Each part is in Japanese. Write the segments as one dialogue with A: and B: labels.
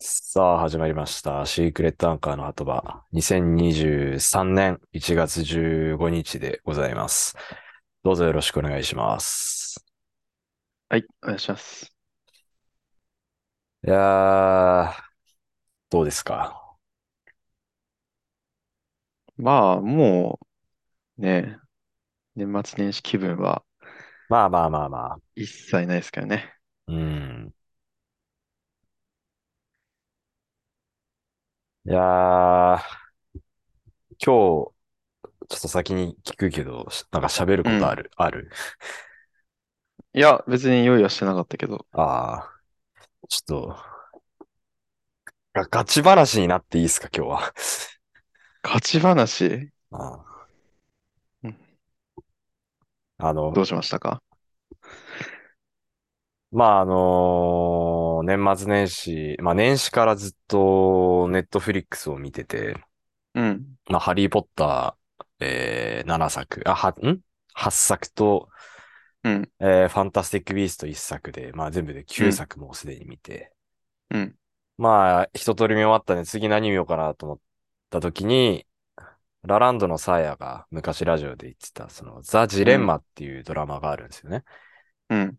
A: さあ、始まりました。シークレットアンカーの鳩場。2023年1月15日でございます。どうぞよろしくお願いします。
B: はい、お願いします。
A: いやー、どうですか
B: まあ、もう、ね、年末年始気分は
A: まあまあまあまあ。
B: 一切ないですからね。
A: うん。いやー、今日、ちょっと先に聞くけど、しなんか喋ることある、ある。
B: いや、別に用意はしてなかったけど。
A: ああ、ちょっと、がガチ話になっていいですか、今日は。
B: 勝ち話
A: ああ
B: うん
A: あの、
B: どうしましたか
A: まあ、あの年末年始、まあ、年始からずっとネットフリックスを見てて、
B: うん。
A: まあ、ハリー・ポッター、えー、7作、あ、は、ん ?8 作と、
B: うん。
A: えー、ファンタスティック・ビースト1作で、まあ、全部で9作もうすでに見て、
B: うん。
A: まあ、一通り見終わったんで、次何見ようかなと思った時に、ラランドのサーヤが昔ラジオで言ってた、その、ザ・ジレンマっていうドラマがあるんですよね。
B: うん。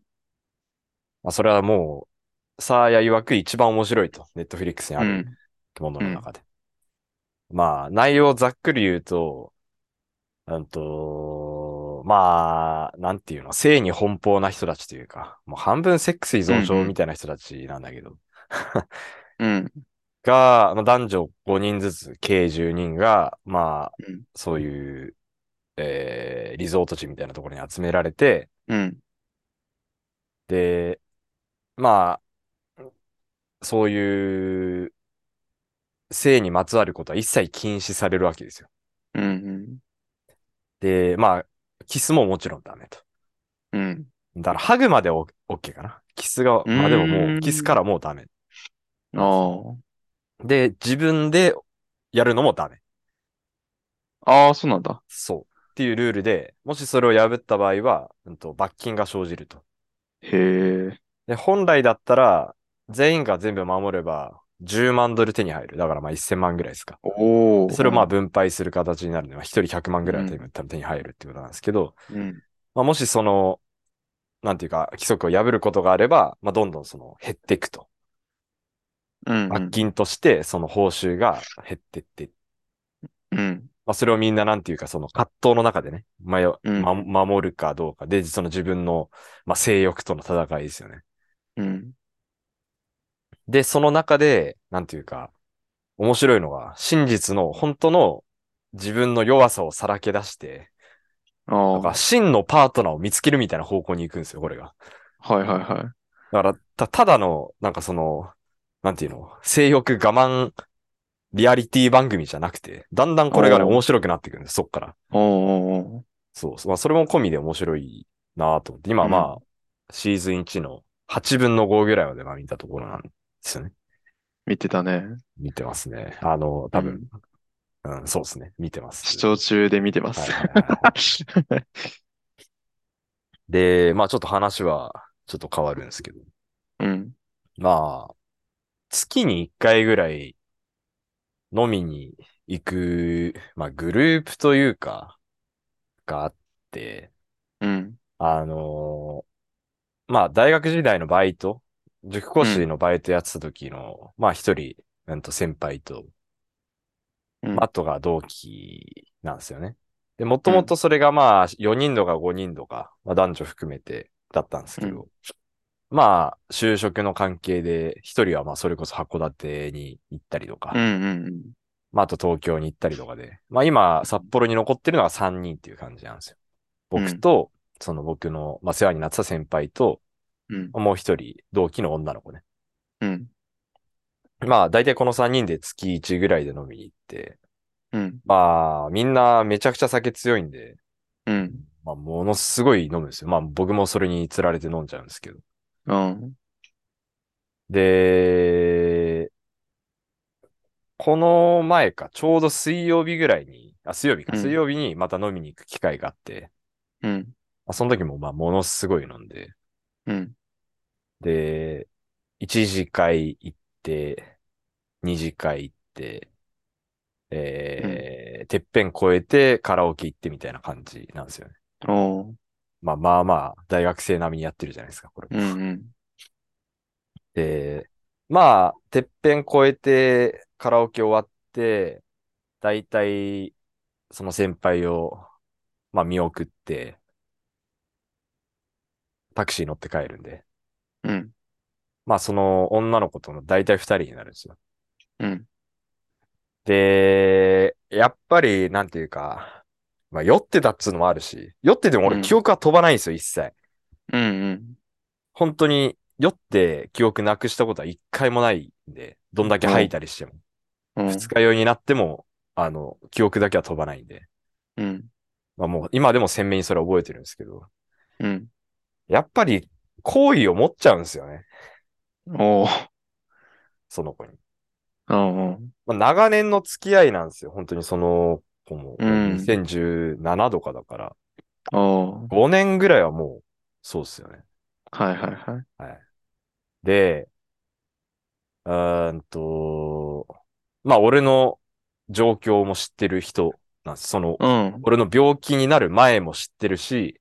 A: まあ、それはもう、サーヤ曰く一番面白いと、ネットフリックスにあ
B: う
A: る
B: ん。
A: ものの中で。まあ、内容をざっくり言うと、うんと、まあ、なんていうの、性に奔放な人たちというか、もう半分セックス依存症みたいな人たちなんだけど、
B: うん。
A: が、まあ、男女5人ずつ、計10人が、まあ、
B: うん。
A: そういう、えーリゾート地みたいなところに集められて、
B: うん
A: で、まあ、そういう性にまつわることは一切禁止されるわけですよ。
B: うん
A: で、まあ、キスももちろんダメと。
B: うんうん
A: だから、ハグまでオッケーかな。キスが、まあでも
B: う
A: も
B: ー
A: う、
B: ん
A: キスからもうダメ。
B: あー
A: で、自分でやるのもダメ。
B: あー、そうなんだ。
A: そう。っていうルールで、もしそれを破った場合は、うんと、罰金が生じると。
B: へえ。
A: で、本来だったら、全員が全部守れば、10万ドル手に入る。だからまあ1000万ぐらいですか。
B: おお。
A: それをまあ分配する形になるので、まあ、1人100万ぐらいは多分多分手に入るってことなんですけど、
B: うん。
A: まあ、もしその、なんていうか、規則を破ることがあれば、まあ、どんどんその減っていくと。
B: うん。
A: 罰金として、その報酬が減ってって、
B: うん。
A: まあ、それをみんななんていうか、その葛藤の中でね、迷
B: うん
A: ま、守るかどうかで、その自分の、まあ、性欲との戦いですよね。
B: うん。
A: で、その中で、なんていうか、面白いのは、真実の、本当の自分の弱さをさらけ出して、
B: あ
A: なん
B: あ。
A: か真のパートナーを見つけるみたいな方向に行くんですよ、これが。
B: はいはいは
A: だから、た、ただの、なんかその、なんていうの、性欲我慢、リアリティ番組じゃなくて、だんだんこれがね、
B: おー
A: 面白くなってくるんです、そっから。
B: い。おおおー
A: そう、そうまあ、それも込みで面白いなと思って、今はまあ、シーズン1の8分の5ぐらいまでまあ見たところなんですよね。
B: 見てたね。
A: 見てますね。あの、多分、うん、そうですね。見てます。
B: 視聴中で見てま
A: はい
B: す。
A: はいはい はいで、まあちょっと話は、ちょっと変わるんですけど、
B: うん。
A: まあ、月に1回ぐらい飲みに行く、まあグループというか、があって、
B: うん。
A: あのーまあ大学時代のバイト、塾講師のバイトやってた時の、まあ一人、うんと先輩と、
B: うん
A: まああとが同期なんですよね。で、もともとそれがまあ4人とか5人とか、まあ男女含めてだったんですけど、まあ就職の関係で一人はまあそれこそ函館に行ったりとか、
B: うんうん
A: まあ、あと東京に行ったりとかで、まあ今、札幌に残ってるのが3人っていう感じなんですよ。僕と、その僕の、まあ世話になってた先輩と、
B: うん。うん。
A: もう一人、同期の女の子ね。
B: うん。
A: まあ大体この3人で月1ぐらいで飲みに行って、
B: うん。
A: まあみんなめちゃくちゃ酒強いんで、
B: うん。
A: まあものすごい飲むんですよ。まあ僕もそれに釣られて飲んじゃうんですけど。
B: うん。
A: で、この前か、ちょうど水曜日ぐらいに、あ、水曜日か、
B: うん
A: 水曜日にまた飲みに行く機会があって、
B: うん。
A: まあ、その時もまあものすごい飲んで、
B: うん。
A: で、一次会行って、二次会行って、えーてっぺん越えてカラオケ行ってみたいな感じなんですよね。
B: おー
A: まあまあまあ、大学生並みにやってるじゃないですか、これ。
B: うんうん。
A: で、まあ、てっぺん越えてカラオケ終わって、だいたいその先輩を、まあ見送って、タクシー乗って帰るんで、
B: うん。
A: まあその女の子とのだいたい二人になるんですよ。
B: うん。
A: で、やっぱり、なんていうか、まあ酔ってたっつうのもあるし、酔ってても
B: うん
A: 俺記憶は飛ばないんですよ、一切。
B: うんうん。
A: 本当に酔って記憶なくしたことは一回もないんで、どんだけ吐いたりしても。
B: うん
A: 二日酔いになっても、あの、記憶だけは飛ばないんで。
B: うん。
A: まあもう、今でも鮮明にそれ覚えてるんですけど、
B: うん。
A: やっぱり、好意を持っちゃうんですよね。
B: おー
A: その子に。
B: おー
A: まあ、長年の付き合いなんですよ。本当にその子も。
B: うん
A: 2017とかだから、
B: おー
A: 5年ぐらいはもう、そうっすよね。
B: はいはいはい。
A: で、うーんと、まあ俺の状況も知ってる人なんです。その、
B: うん。は
A: 俺の病気になる前も知ってるし、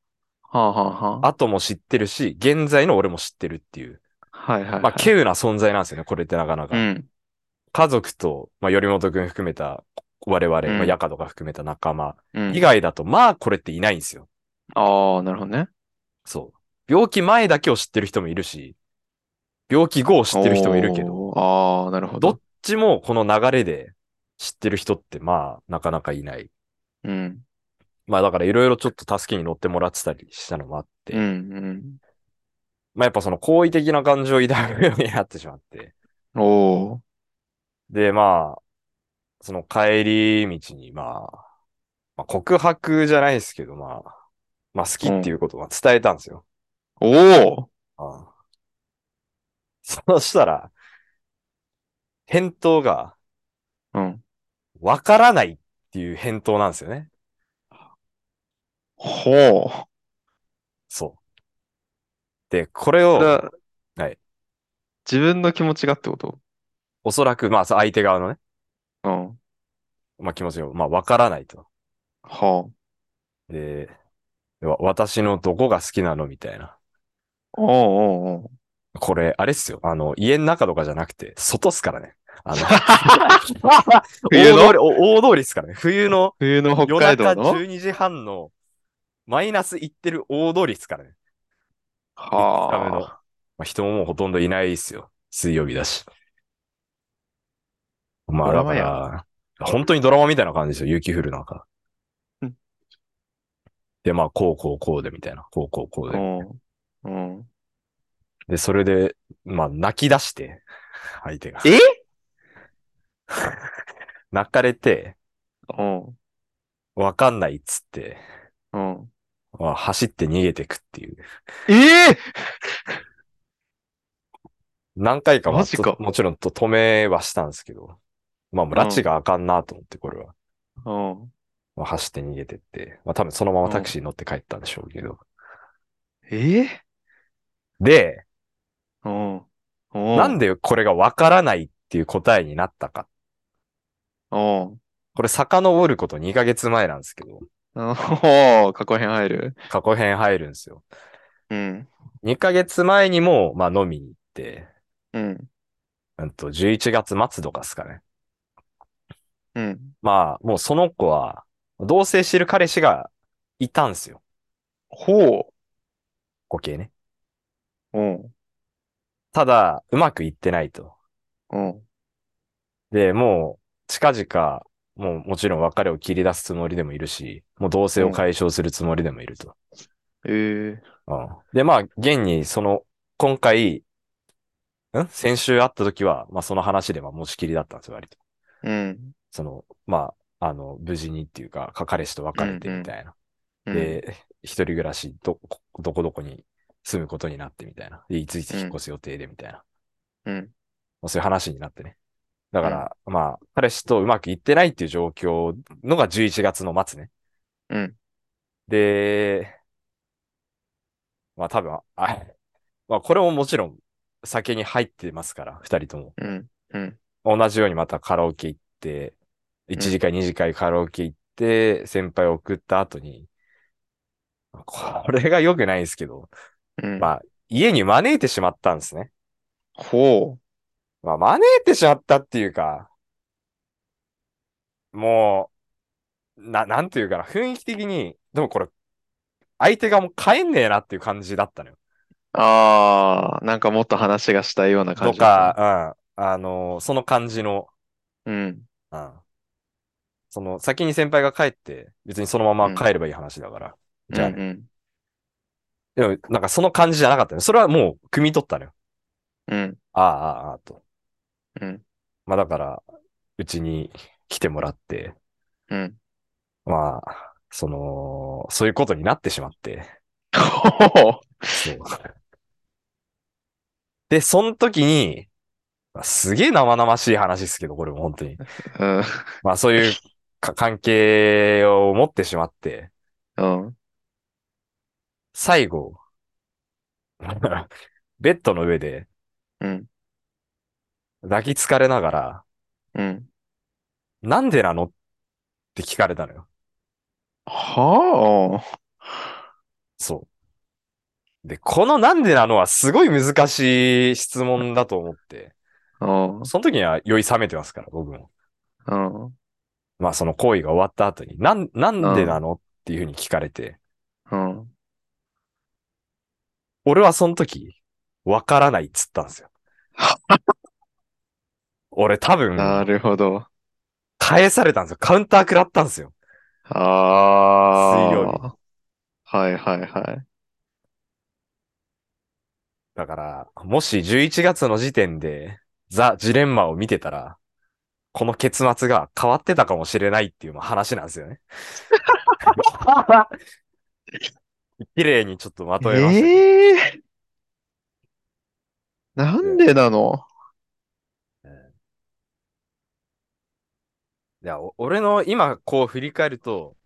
B: あはあはあ。
A: 後も知ってるし、現在の俺も知ってるっていう。
B: はいはいはい。
A: まあ、稀有な存在なんですよね、これってなかなか。
B: うん。
A: 家族と、まあ、頼元くん含めた、我々、
B: うん
A: まあ、ヤカとか含めた仲間
B: うん。
A: 以外だと、まあ、これっていないんですよ。
B: ああ、なるほどね。
A: そう。病気前だけを知ってる人もいるし、病気後を知ってる人もいるけど、どっ
B: おー。ああ、なるほど。
A: どちもこの流れで知ってる人って、まあ、なかなかいない。
B: うん。
A: まあ、だからいろいろちょっと助けに乗ってもらってたりしたのもあって、
B: うんうん。
A: まあ、やっぱその好意的な感情を抱くようになってしまって、
B: おー。
A: で、まあ、その帰り道に、まあ、まあ、告白じゃないですけど、まあ、まあ好きっていうことは伝えたんですよ。
B: おー。
A: ああそうしたら、返答が、
B: うん。
A: わからないっていう返答なんですよね。
B: ほう。
A: そう。で、これ
B: それ
A: を、
B: は
A: はい
B: 自分の気持ちがってこと
A: おそらく、まあ、相手側のね、
B: うん。
A: まあ気持ちが、まあ、わからないと。
B: は
A: で、わ私のどこが好きなのみたいな。
B: あ。おうおうおう。
A: これ、あれっすよ。あの、家の中とかじゃなくて、外っすからね。あの、
B: 冬
A: 大通
B: の
A: り、お大通りっすからね。冬の
B: 冬の北
A: 夜
B: 海
A: 中
B: 道の
A: 12時半のマイナス行ってる大通りっすからね。5日目の
B: はあ。
A: まあ、人ももうほとんどいないっすよ。水曜日だし。まあ、
B: ド
A: だ
B: ラ
A: か
B: マや
A: ら、本当にドラマみたいな感じですよ。雪降る中
B: うん。
A: で、まあ、こうこうこうでみたいな。こうこうこうで。
B: うん。うん。
A: で、それで、まあ、泣き出して、相手が。
B: え
A: 泣かれて、
B: うん。
A: わかんないっつって、
B: うん。
A: まあ、走って逃げてくっていう。
B: ええ
A: 何回かは
B: マジか
A: ともちろんと止めはしたんですけど、まあもう拉致があかんなと思って、これは。
B: うん。
A: まあ、走って逃げてって、まあ多分そのままタクシーに乗って帰ったんでしょうけど。
B: ええ
A: で、
B: うん。うん。
A: なんでこれがわからないっていう答えになったか。
B: うん。
A: これ遡ること2ヶ月前なんですけど、
B: おお、過去編入る。
A: 過去編入るんですよ。
B: うん。
A: 2ヶ月前にも、まあ飲みに行って、
B: うん。
A: うんと、11月末とかですかね。
B: うん。
A: まあ、もうその子は、同棲してる彼氏がいたんですよ。
B: ほ
A: 固形ね。
B: う。うん。
A: ただ、うまくいってないと。
B: うん。
A: で、もう、近々、もうもちろん別れを切り出すつもりでもいるし、もう同棲を解消するつもりでもいると。
B: ええ
A: うんで、まあ、現に、その、今回、ん先週会った時は、まあその話でまあ持ちきりだったんですよ、割と。
B: うん。
A: その、まあ、あの、無事にっていうか、か彼氏と別れてみたいな。
B: うん、
A: で、一人暮らしどこ、どこどこに住むことになってみたいな。で、いついつ引っ越す予定でみたいな。
B: うん。
A: まあそういう話になってね。だから、まあ、彼氏とうまくいってないっていう状況のが11月の末ね。
B: うん。
A: で、まあ多分、あまあこれももちろん酒に入ってますから、二人とも。
B: うん。
A: ま同じようにまたカラオケ行って、1次会、2次会カラオケ行って、先輩を送った後に、これが良くないんですけど、
B: うん。
A: まあ、家に招いてしまったんですね。
B: ほ
A: まあ、招いてしまったっていうか、もう、な、なんていうかな、雰囲気的に、でもこれ、相手がもう帰んねえなっていう感じだったのよ。
B: う。ああ、なんかもっと話がしたいような感
A: と
B: じだっ
A: か、うん。あの、その感じの、
B: た。うん。
A: うん。その、先に先輩が帰って、別にそのまま帰ればいい話だから。じゃあ
B: うん
A: ね。
B: うん。
A: でも、なんかその感じじゃなかったのよ。それはもう、汲み取ったのよ。
B: うん。
A: ああ、ああ、ああ、と。
B: うん。
A: まあだから、うちに来てもらって、
B: うん。
A: まあ、その、そういうことになってしまって。
B: ほう。
A: そう。 で、その時に、まあすげえ生々しい話ですけど、これも本当に。
B: うん。
A: まあそういうか関係を持ってしまって、
B: うん。
A: 最後、 ベッドの上で
B: うん。
A: 抱きつかれながら、
B: うん。
A: なんでなのって聞かれたのよ。
B: はあ。
A: そう。で、このなんでなのはすごい難しい質問だと思って、
B: うん。
A: その時には酔い冷めてますから、僕も。
B: うん。
A: まあその行為が終わった後に、なん、なんでなのっていうふうに聞かれて、
B: うん。
A: 俺はその時、わからないっつったんですよ。俺多分、
B: なるほど。
A: 返されたんですよ。カウンター食らったんですよ。
B: ああ。
A: 水曜日
B: はいはいはい。
A: だから、もし11月の時点で、ザ・ジレンマを見てたら、この結末が変わってたかもしれないっていうまあ話なんですよね。綺麗にちょっとまとめましたね、
B: ええなんでなの
A: いや、お俺の今こう振り返ると、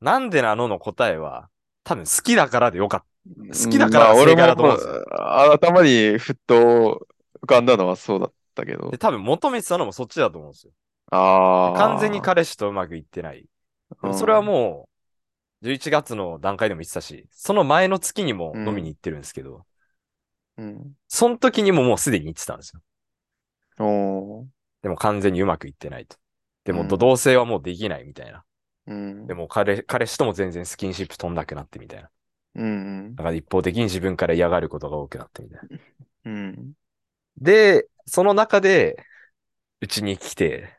A: なんでなのの答えは、多分好きだからでよかった。好きだから
B: まあ俺
A: 正解だと思
B: も
A: うんですよ
B: 頭にふっと浮かんだのはそうだったけど
A: で、。多分求めてたのもそっちだと思うんですよ。
B: ああ。
A: 完全に彼氏とうまくいってない。でもそれはもう、11月の段階でも言ってたし、その前の月にも飲みに行ってるんですけど、
B: うん。
A: その時にももうすでに言ってたんですよ。
B: うん。おー
A: でも完全にうまくいってないと。でも、
B: うん
A: ど同棲はもうできないみたいな。
B: うん。
A: でも彼、彼氏とも全然スキンシップ飛んなくなってみたいな。
B: うん。
A: だから一方的に自分から嫌がることが多くなってみたいな。
B: うん。
A: で、その中で、うちに来て、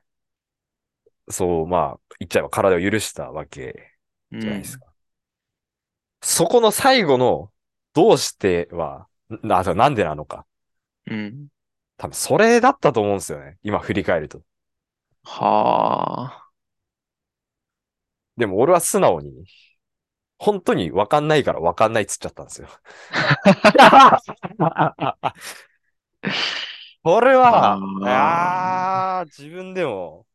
A: そう、まあ、言っちゃえば体を許したわけ
B: うん。
A: じゃないですか。そこの最後の、どうしては、な、あなんでなのか。
B: うん。
A: 多分それだったと思うんですよね。今振り返ると。
B: はあ。
A: でも俺は素直に、本当にわかんないからわかんないっつっちゃったんですよ。これは、ああー、自分でも、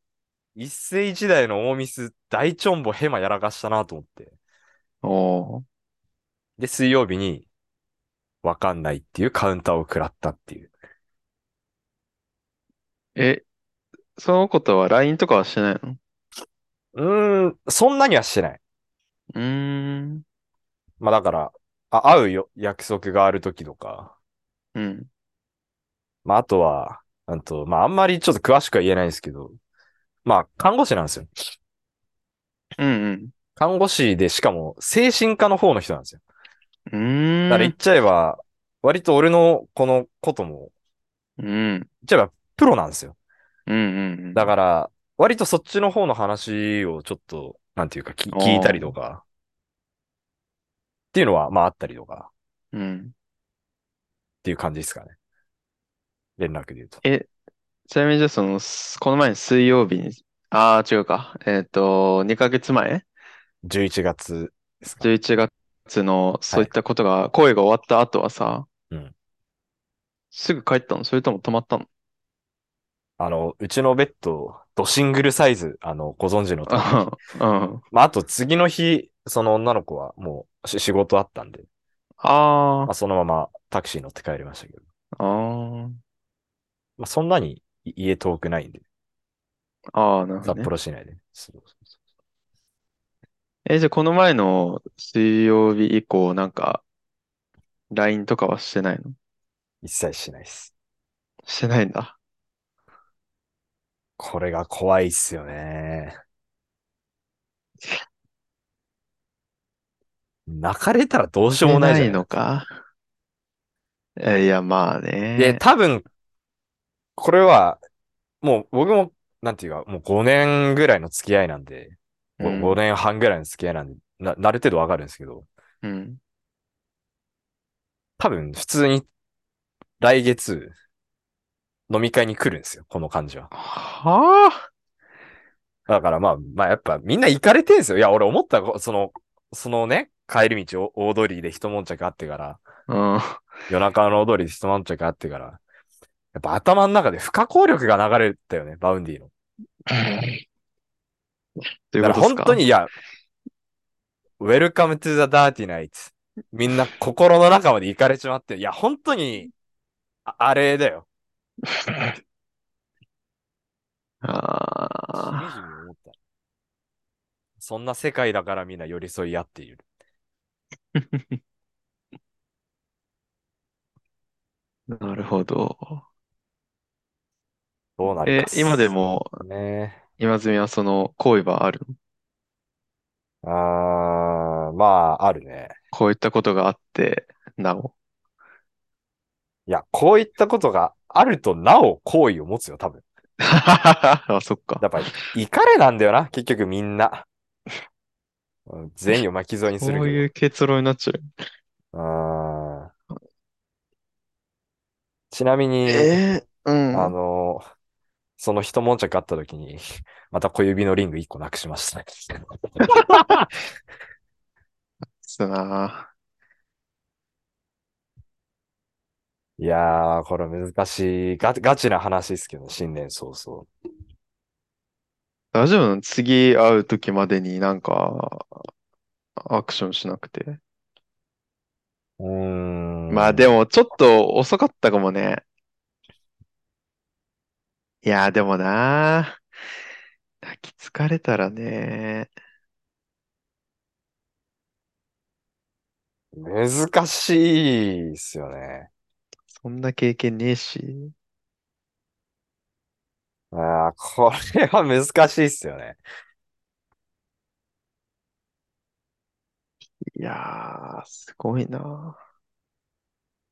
A: 一世一代の大ミス、大チョンボヘマやらかしたなと思って。
B: おー
A: で、水曜日に、わかんないっていうカウンターを食らったっていう。
B: え、そのことは LINE とかはしてないの
A: うーん、そんなにはしてない。
B: うーん。
A: まあだから、あ会うよ約束がある時とか、
B: うん。
A: まああとは、うんと、まああんまりちょっと詳しくは言えないんですけど、まあ看護師なんですよ。
B: うん
A: 看護師でしかも精神科の方の人なんですよ。
B: うん。う
A: だから
B: ー
A: 言っ
B: ん。
A: ちゃえば、割と俺のこのことも、
B: うん。
A: 言っちゃえばプロなんですよ。
B: うんうんうん。
A: だから、割とそっちの方の話をちょっと、なんていうかき聞いたりとか、っていうのはまああったりとか、
B: うん。
A: っていう感じですかね。連絡で言うと。
B: ちなみにじゃあその、すこの前水曜日に、ああ、違うか。えっと、2ヶ月前
A: 11月ですか。
B: ?11 月の、そういったことが、声が終わった後はさ
A: うん、
B: すぐ帰ったのそれとも泊まったの
A: あの、うちのベッド、ドシングルサイズ、あの、ご存知のとおり。
B: うん。うん。
A: まあ、あと次の日、その女の子はもうし仕事あったんで、
B: あ
A: まあ、そのままタクシー乗って帰りましたけど。
B: あ、ああ。
A: まあ、そんなに家遠くないんで、
B: ああ、なるほど
A: 札
B: ね。
A: 幌市内でね。そうそうそ
B: え、じゃあこの前の水曜日以降、なんか、LINE とかはしてないの
A: う一切しないです。
B: してないんだ。
A: これが怖いっすよね。泣かれたらどうしようもないじゃ
B: し
A: な
B: て
A: い
B: のかえいや、まあ
A: で、
B: ね。
A: 多分、これは、もう僕も、なんていうか、もう5年ぐらいの付き合いなんで、
B: う
A: 5,
B: ん
A: 年半ぐらいの付き合いなんで、な、なる程度わかるんですけど、
B: うん。
A: 多分普通に来月、飲み会に来るんですよ、この感じは。
B: はあ。
A: だからまあ、まあやっぱみんな行かれてんすよ。いや、俺思った、こその、そのね、帰り道を大通りで一悶着あってから、
B: うん。
A: 夜中の大通りで一悶着あってから、やっぱ頭の中で不可抗力が流れたよね、バウンディの。
B: という
A: だから
B: ことです
A: 本
B: か
A: 当に、いや、Welcome to the Dirty Night. みんな心の中まで行かれちまって、いや、本当に、ああれだよ。しみ
B: ああ。
A: じみ思った。そんな世界だからみんな寄り添い合っている。
B: なるほど。
A: どうなる
B: え
A: か、。
B: 今で。も、
A: ね
B: 今住みはその行為はあるの
A: あーまあ、あるね。
B: こういったことがあって、なお。
A: いや、こういったことがあるとなお好意を持つよ、多分。
B: あ、そっか。
A: やっぱ、怒れなんだよな、結局みんな。うん善意を巻き添えにす
B: こ
A: るけど。
B: ういう結論になっちゃう。
A: あーちなみに、
B: ええうん。
A: あの、その一悶着あった時に、また小指のリング一個なくしました。
B: そうだな。
A: いやー、これ難しい。ガ、ガチな話ですけど、新年早々。
B: 大丈夫なの次会う時までになんか、アクションしなくて。
A: うーん。
B: まあでも、ちょっと遅かったかもね。いや、でもな。泣きつかれたらね。
A: 難しいですよね。
B: そんな経験ねえし。
A: あーこれは難しいですよね。
B: いやー、すごいな。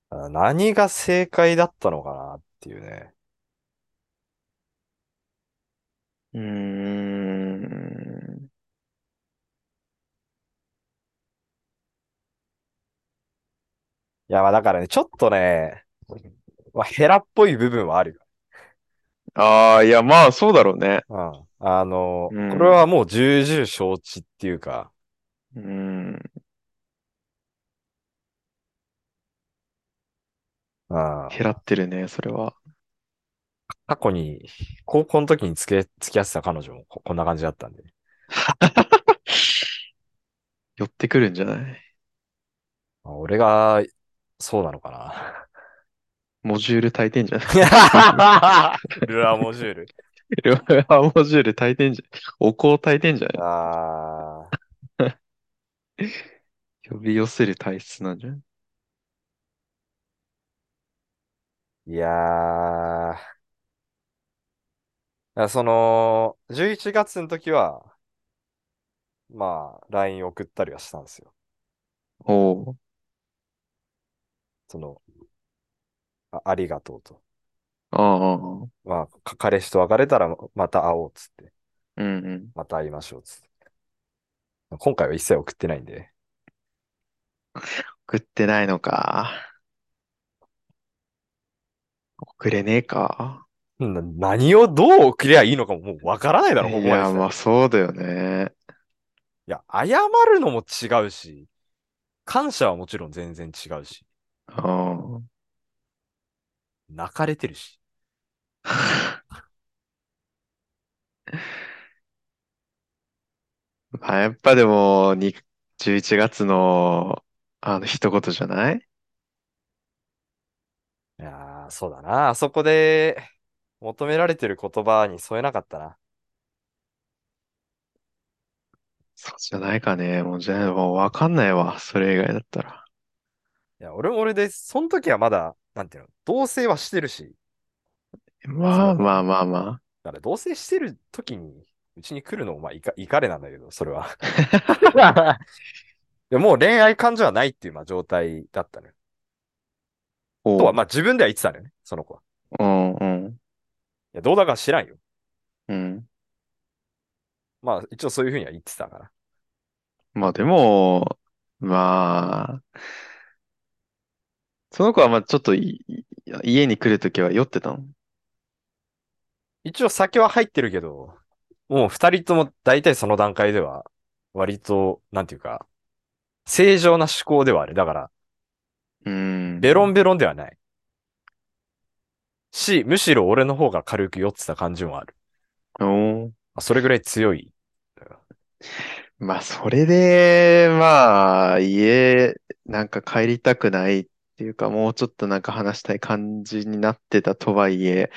A: あ何が正解だったのかなっていうね。
B: うーん。
A: いや、まあだからね、ちょっとね、まあ、ヘラっぽい部分はあるよ
B: ああ、いや、まあ、そうだろうね。
A: うん。あの、
B: うん
A: これはもう重々承知っていうか、
B: うーん。
A: うん、
B: 減らってるね、それは。
A: 過去に、高校の時に付け、付き合ってた彼女もこ、こんな感じだったんで。
B: 寄ってくるんじゃない
A: まあ俺が、そうなのかな。
B: モジュール炊いてんじゃない
A: ルアーモジュール。
B: 両方モジュール炊いてんじゃないお香炊いてんじゃない
A: ああ、
B: 呼び寄せる体質なんじゃない
A: いやー。だからその、11月の時は、まあ、LINE 送ったりはしたんですよ。
B: おう
A: その、あ、ありがとうと。
B: ああ、ああうん
A: まあ、か彼氏と別れたらまた会おうっつって、
B: うん。
A: また会いましょうっつって。今回は一切送ってないんで、
B: 送ってないのか。送れねえか。
A: な何をどう送りゃいいのかももうわからないだろ、ここ
B: い
A: まで
B: や、
A: 来た
B: ま
A: ら
B: あそうだよね。
A: いや、謝るのも違うし、感謝はもちろん全然違うし、
B: あ
A: 泣かれてるし。
B: あ。ま あやっぱでも、に11月の、あの、一言じゃない
A: いやーそうだな。あそこで、求められてる言葉に添えなかったな。
B: そうじゃないかね。もう、じゃあ、もうわかんないわ。それ以外だったら。
A: いや、俺も俺で、その時はまだ、なんていうの、同棲はしてるし、
B: まあ
A: そう
B: まあまあまあ。
A: だから同棲してる時に、うちに来るのも、まあ、いか、いかれなんだけど、それ は。でもう恋愛感情はないっていう、まあ、状態だったのよ。
B: おう
A: とは、まあ、自分では言ってたのよね、その子は。
B: うんうん。
A: いや、どうだか知らんよ。
B: うん。
A: まあ、一応そういうふうには言ってたから。
B: まあでも、まあ、その子はまあちょっといい家に来るときは酔ってたの
A: 一応酒は入ってるけど、もう二人とも大体その段階では、割と、なんていうか、正常な思考ではある。だから、
B: うん。
A: ベロンベロンではない。し、むしろ俺の方が軽く酔ってた感じもある。
B: おー
A: あそれぐらい強い。
B: まあそれで、まあ家、なんか帰りたくないっていうか、もうちょっとなんか話したい感じになってたとはいえ、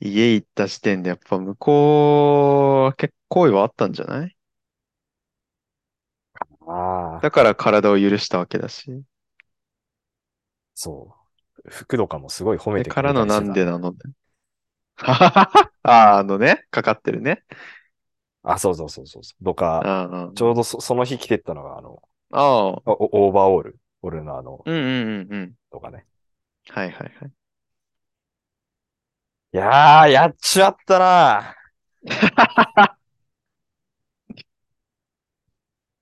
B: 家行った時点でやっぱ向こう、結構好意はあったんじゃない
A: ああ、
B: だから体を許したわけだし。
A: そう。服とかもすごい褒め
B: で
A: て
B: からの
A: たりし
B: な
A: て
B: ん
A: た
B: でなので。 ああ、あのね、かかってるね。
A: あ、そうそうそうそうそう。とか、
B: あ
A: ちょうどそその日着てったのが、あの、
B: あ、ああ、
A: あおオーバーオール。俺のあの、
B: うんうんうんうん。
A: とかね。
B: はいはいはい。
A: いやー、やっちまったな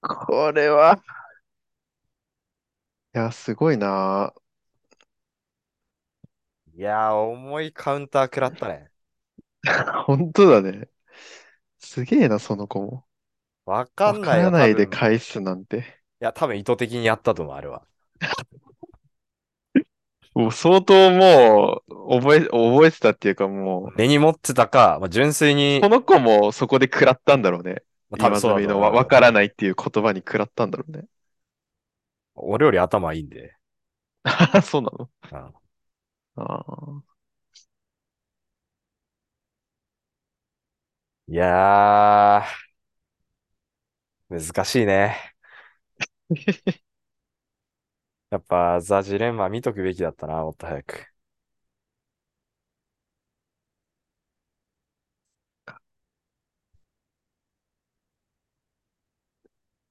B: これは。いや、すごいな。
A: いやー、重いカウンター食らったね。
B: 本当だね。すげえな、その子も。
A: わか
B: わ
A: ん
B: か
A: ないよ。
B: らないで
A: 多分い
B: 返すなんて。
A: や、多分意図的にやったと思う、あれは。
B: もう相当もう、覚え、覚えてたっていうかも
A: 根に持ってたか、まあ、純粋
B: う、
A: に
B: こ、の子もそこで食らったんだろうね。
A: まあ、多分
B: 今
A: そうだ
B: の
A: と
B: の
A: 思う
B: わ、わからないっていう言葉に食らったんだろうね。
A: 俺より頭いいんで。
B: そうなの
A: うん
B: ああ。
A: いやー、難しい ね。やっぱ、ザ・ジレンマ見とくべきだったな、もっと早く。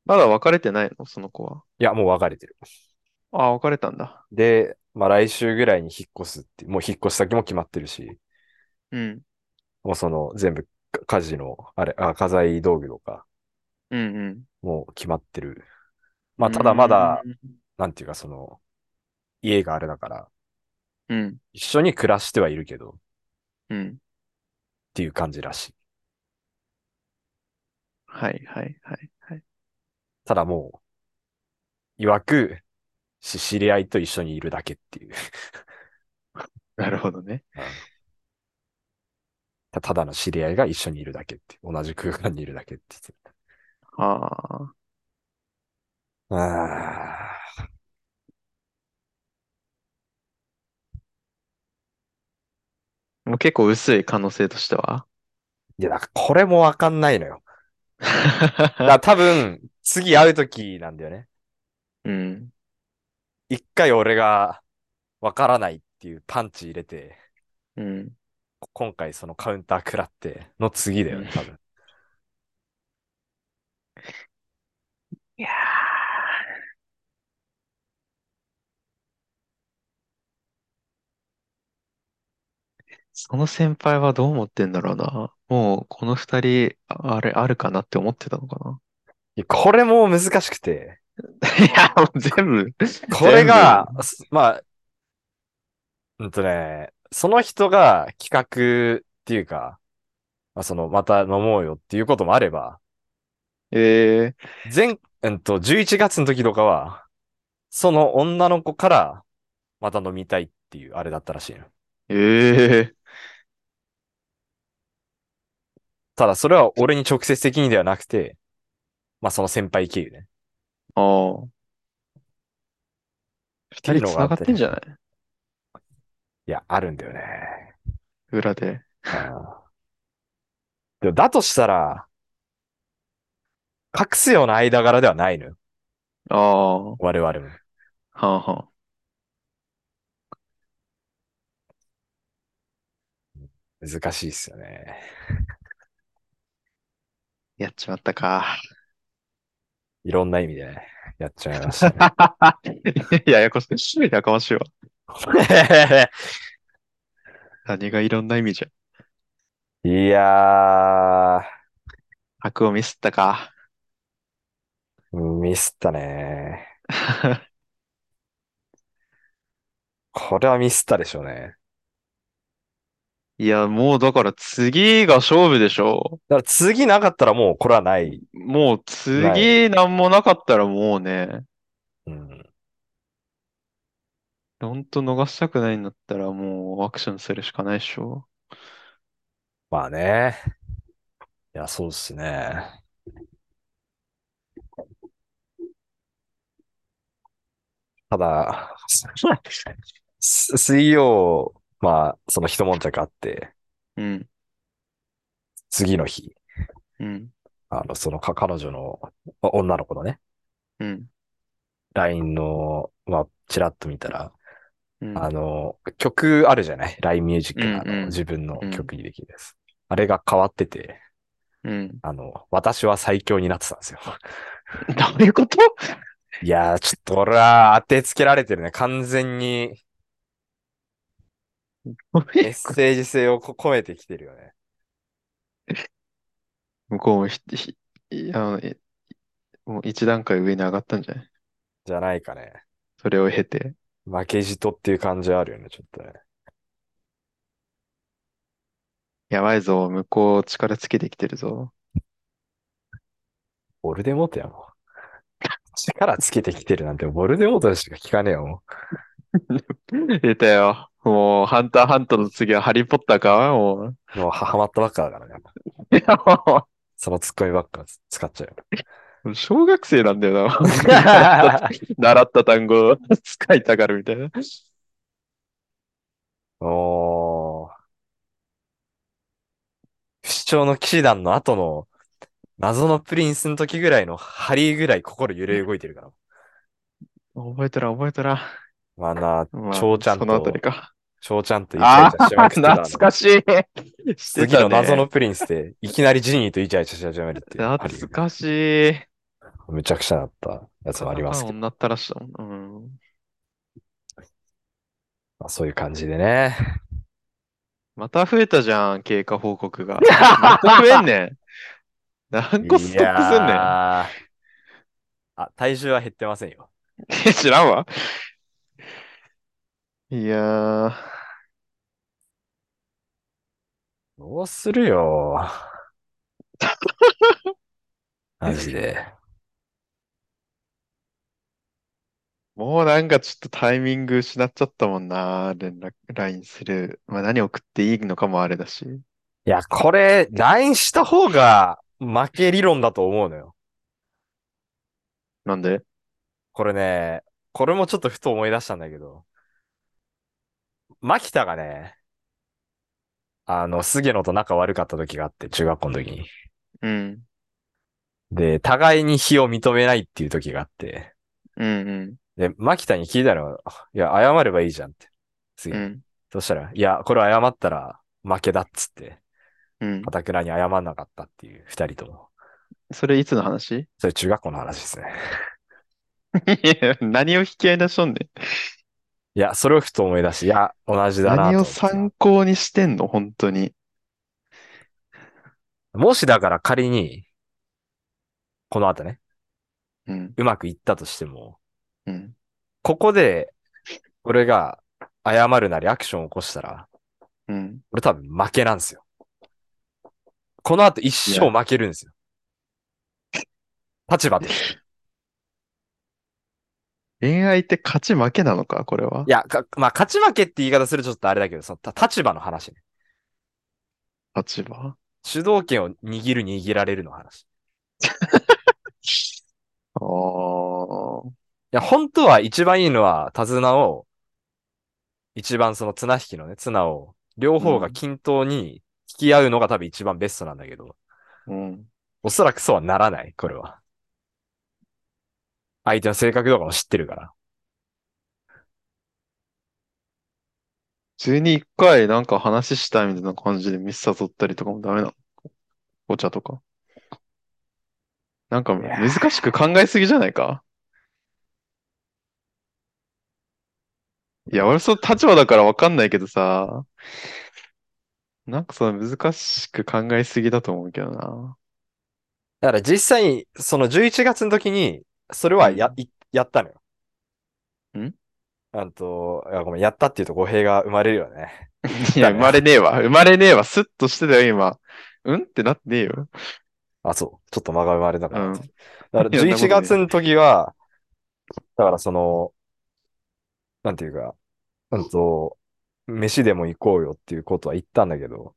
B: まだ別れてないのその子は。
A: いや、もう別れてる。
B: ああ、別れたんだ。
A: で、まあ来週ぐらいに引っ越すって、もう引っ越し先も決まってるし、
B: うん。
A: もうその全部か家事の、あれ、あ、家財道具とか、
B: うんうん。
A: もう決まってる。まあただまだ、なんていうかその、家があれだから、
B: うん。うん。
A: 一緒に暮らしてはいるけど、っ
B: うん。
A: ていう感じらしい。
B: はいはいはいはい。
A: ただもう、曰く、し知り合いと一緒にいるだけっていう。
B: なるほどね。
A: たただの知り合いが一緒にいるだけって。同じ空間にいるだけって言ってた。
B: ああ。
A: あー
B: もう結構薄い可能性としては。
A: いや、だからこれもわかんないの よ。だから多分、次会う時なんだよね。
B: うん。
A: 一回俺がわからないっていうパンチ入れて、
B: うん。
A: こ今回そのカウンター食らっての次だよね、多分。
B: いやーその先輩はどう思ってんだろうな。もう、この二人、ああれ、あるかなって思ってたのかな。
A: いやこれも難しくて、
B: いや、もう全部、
A: これが、すまあ、うんとね、その人が企画っていうか、まあ、その、また飲もうよっていうこともあれば、
B: ええ
A: 前、うんと、11月の時とかは、その女の子から、また飲みたいっていうあれだったらしいの。
B: ええ
A: ただ、それは俺に直接的にではなくて、まあ、その先輩経由ね。
B: ああ。
A: て
B: 二
A: いうの
B: 人繋
A: があって
B: がってんじゃない
A: いや、あるんだよね。
B: 裏で。
A: あーでも、だとしたら、隠すような間柄ではないのよ。
B: ああ、は
A: 我々も。
B: あは
A: 難しいっすよね。
B: あ。やっちまったか。
A: いろんな意味でね、やっちゃいましたね。
B: ややこしい。やかましいわ。何がいろんな意味じゃ。
A: いや
B: 白をミスったか。
A: ー、ミスったね。これはミスったでしょうね。
B: いや、もうだから次が勝負でしょ。
A: だから次なかったらもうこれはない。
B: もう次なんもなかったらもうね、
A: うん。
B: ほんと逃したくないんだったらもうアクションするしかないでしょ。
A: まあね。いや、そうっすね。ただ、す 水曜、まあ、その一悶着あって、
B: うん、
A: 次の日、
B: うん、
A: あの、そのか彼女の、まあ女の子のね、
B: うん、
A: LINE の、まあ、ちらっと見たら、
B: うん。
A: あの、曲あるじゃない ?LINE ミュージックがあ
B: うんうん
A: の自分の曲にできるやつ。あれが変わってて、
B: うん。
A: あの、私は最強になってたんですよ。
B: どういうこと
A: いやー、ちょっと俺は当てつけられてるね。完全にメッセージ性をこ 込めてきてるよね。
B: 向こうもひ、ひ、いあの、えもう一段階上に上がったんじゃない
A: じゃないかね。
B: それを経て。
A: 負けじとっていう感じはあるよね、ちょっとね。
B: やばいぞ、向こう力つけてきて るぞ。
A: ボルデモートやもん。力つけてきてるなんて、ボルデモートしか聞かねえよ、も
B: 出たよ。もう、ハンターハントの次はハリーポッターかもう。
A: う。もうははまったばっかだからね。
B: いや、も
A: そのツッコミばっか使っちゃうよ。
B: う、小学生なんだよ な。習った単語を使いたがるみたいな。
A: おー。不死鳥の騎士団の後の謎のプリンスの時ぐらいのハリーぐらい心揺れ動いてるから。
B: 覚えたら覚えたら。
A: まあな、
B: まあ、
A: 蝶ちゃん
B: そのあたり
A: と、
B: か。
A: 翔ちゃんとイチャ
B: あ
A: イチャし
B: あ、
A: まくってた
B: 懐かしい。して
A: 次
B: た
A: の謎
B: ね。
A: のプリンスで、いきなりジニーとイチャイチャし始めるっていう。ハリ
B: 懐
A: ー
B: かしい。
A: むちゃくちゃだったやつもありますけど、
B: 女ったらしだもん。うん。
A: まあ、そういう感じでね。
B: また増えたじゃん、経過報 告が。また増えんねん。何個ストックすんねん。
A: あ、体重は減ってませんよ。
B: え知らんわ。いやー、
A: どうするよ。マジで。
B: もうなんかちょっとタイミング失っちゃったもんな、連絡、LINE する。まあ何送っていいのかもあれだし。
A: いや、これ、LINE した方が負け理論だと思うのよ。
B: なんで
A: これね、これもちょっとふと思い出したんだけど、牧田がね、あの、菅野と仲悪かった時があって、中学校の時に。
B: うん、
A: で、互いに非を認めないっていう時があって、
B: うん、うん、
A: で、牧田に聞いたの、いや、謝ればいいじゃんって。次
B: う、ん、
A: そしたら、いや、これ謝ったら負けだっつって、
B: うん
A: か。たくなに謝んなかったっていう二人とも。
B: それいつの話
A: それ中学校の話ですね。
B: いや 何を引き合い出しとんね
A: いや、それをふと思い出し、いや、同じ
B: ん。
A: だなと
B: 何
A: 思
B: を
A: ってさ
B: 参考にしてんの、本当に。
A: もしだから仮に、この後ね、
B: うん、
A: うまくいったとしても、
B: うん。
A: ここで、俺が謝るなりアクションを起こしたら、
B: うん。
A: 俺多分負けなんですよ。この後一生負けるんですよ。立場として。。
B: 恋愛って勝ち負けなのか、これはい
A: や、かまあ、勝ち負けって言い方するとちょっとあれだけど、そのた立場の話ね。
B: 立場。
A: 主導権を握る握られるの話。い
B: あー
A: や、本当は一番いいのは、手綱を、一番その綱引きのね、綱を、両方が均等にき合うのが多分一番ベストなんだけど、
B: うん。
A: おそらくそうはならない、これは。相手の性格とかも知ってるから。
B: 普通に一回なんか話したいみたいな感じでミス誘ったりとかもダメなのお茶とか。なんか
A: いや
B: 難しく考えすぎじゃないかいや、俺そう立場だからわかんないけどさ、なんかその難しく考えすぎだと思うけどな。
A: だから実際に、その11月の時に、それはや、いやったのよ。
B: ん
A: あんと、あごめん、やったっていうと語弊が生まれるよね。
B: いや、生まれねえわ。生まれねえわ。スッとしてたよ、今。うんってなってねえよ。
A: あ、そう。ちょっと間が生まれたから。
B: うん
A: だから
B: いやそんなこと
A: 11月の時は、だからその、なんていうか、うんと、飯でも行こうよっていうことは言ったんだけど、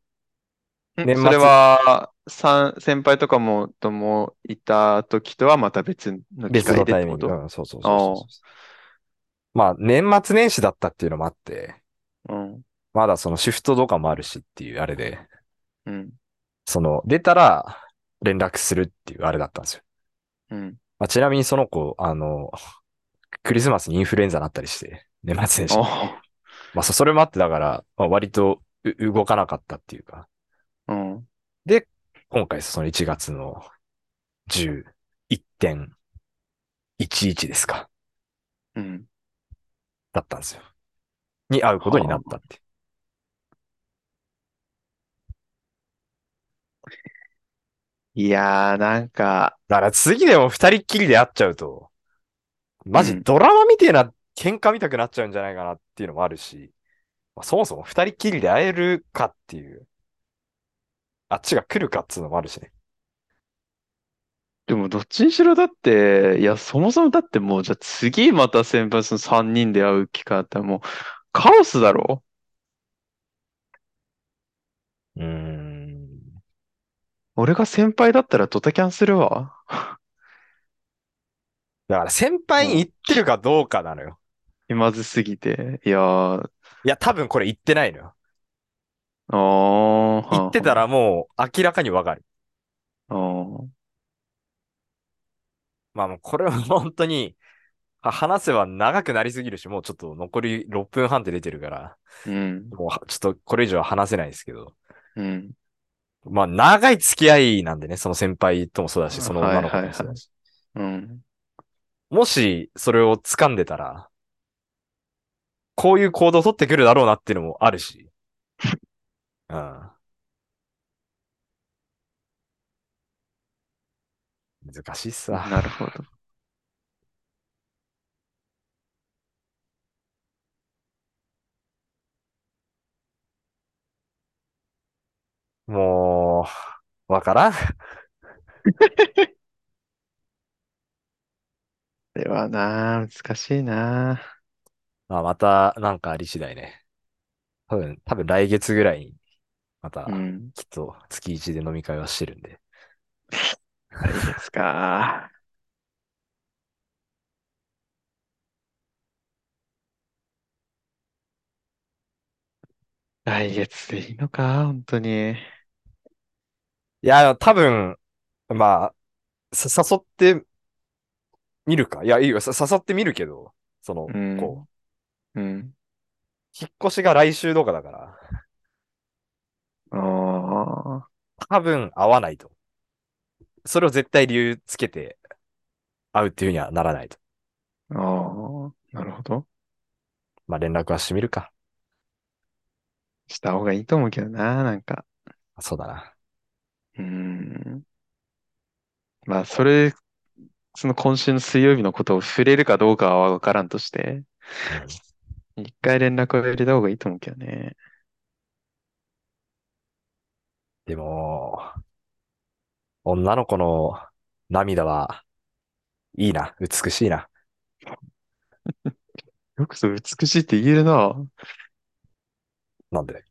B: ん
A: 年末
B: それは、さん先輩とかも、ともいた時とはまた別の機
A: 別
B: 会
A: のタ
B: でって
A: イミン
B: こ
A: グ。
B: と
A: うん、そうそうそうそうそう。まあ、年末年始だったっていうのもあって、
B: うん。
A: まだそのシフトとかもあるしっていうあれで、
B: うん。
A: その、出たら連絡するっていうあれだったんですよ。
B: うん。
A: まあ、ちなみにその子、あの、クリスマスにインフルエンザになったりして、年末年始。
B: あ
A: まあ、そそれもあってだから、まあ、割とう動かなかったっていうか、
B: うん。
A: 今回その1月の11.11ですか、
B: うん。
A: だったんですよ。に会うことになったって。
B: いやー、なんか、
A: だから次でも二人っきりで会っちゃうと、マ
B: う
A: ジ
B: ん
A: ドラマみてえな喧嘩見たくなっちゃうんじゃないかなっていうのもあるし、まあ、そもそも二人っきりで会えるかっていう、あっちが来るかっていうのもあるしね。
B: でもどっちにしろだって、いや、そもそもだってもう、じゃあ次また先輩その3人で会う機会あったらもう、カオスだろ
A: うーん。
B: 俺が先輩だったらドタキャンするわ。
A: だから先輩に言ってるかどうかなのよ。
B: 気まずすぎて。いやー、
A: いや、多分これ言ってないのよ。
B: あー、
A: 言ってたらもう明らかにわかる。
B: はんはん、あー。
A: まあもうこれは本当に、あ話せば長くなりすぎるし、もうちょっと残り6分半って出てるから、
B: うん、
A: もうはちょっとこれ以上は話せないですけど。
B: うん。
A: まあ、長い付き合いなんでね、その先輩ともそうだし、その女の子ともそうだし。
B: うん。
A: もし、それを掴んでたら、こういう行動を取ってくるだろうなっていうのもあるし。 うん。難しいっすわ。
B: なるほど。
A: もう、わからん。
B: ではなあ、難しいなあ。
A: まあ、また、なんかあり次第ね。多分、多分来月ぐらいに、また
B: う、ん。
A: きっと月一で飲み会はしてるんで。
B: いいですか。来月でいいのか、本当に。
A: いや、多分、まあ、さ誘ってみるか。いや、いいよ。さ誘ってみるけど、その、
B: うん
A: こう、
B: うん。
A: 引っ越しが来週とかだから、
B: ああ。
A: 多分合わないと。それを絶対理由つけて会うっていうにはならないと。
B: ああ。なるほど。
A: まあ、連絡はしてみるか。
B: した方がいいと思うけどな、なんか。
A: そうだな。
B: うん。まあ、それ、その今週の水曜日のことを触れるかどうかはわからんとし
A: う
B: て、
A: ん
B: 一回連絡を入れた方がいいと思うけどね。
A: でも、女の子の涙は、いいな。美しいな。
B: よくそう美しいって言えるな。
A: なんで。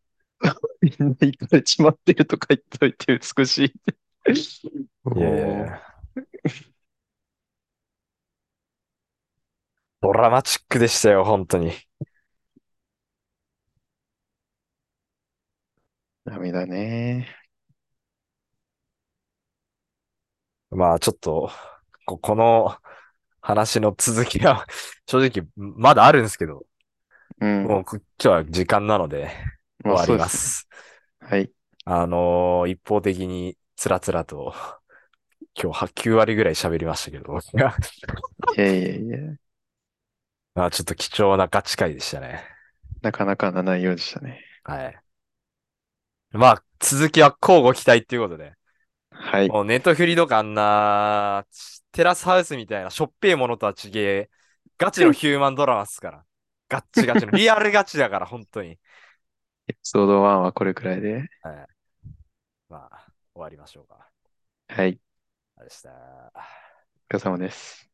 B: みんな行かれちまってるとか言っといて美しいって。
A: いやいやいや ドラマチックでしたよ、本当に。
B: ダメだね。
A: まあちょっと、こ、この話の続きは 正直まだあるんですけど、
B: うん。
A: もうこ今日は時間なので終
B: まあ
A: わ
B: そう
A: り
B: で。
A: ますす。
B: はい。
A: あのー一方的につらつらと、今日は9割ぐらい喋りましたけど、
B: いやいやいや、
A: まあちょっと貴重なガチ会でしたね。
B: なかなかな内容でしたね。
A: はい。まあ、続きは交互期待っていうことで。
B: はい。
A: もうネットフリとかあんな、テラスハウスみたいなしょっぺいものとは違え、ガチのヒューマンドラマっすから。ガッチガチの、リアルガチだから、本当に。
B: エピソード1はこれくらいで。
A: まあ、終わりましょうか。
B: はい。
A: あれでした。
B: お疲れ様です。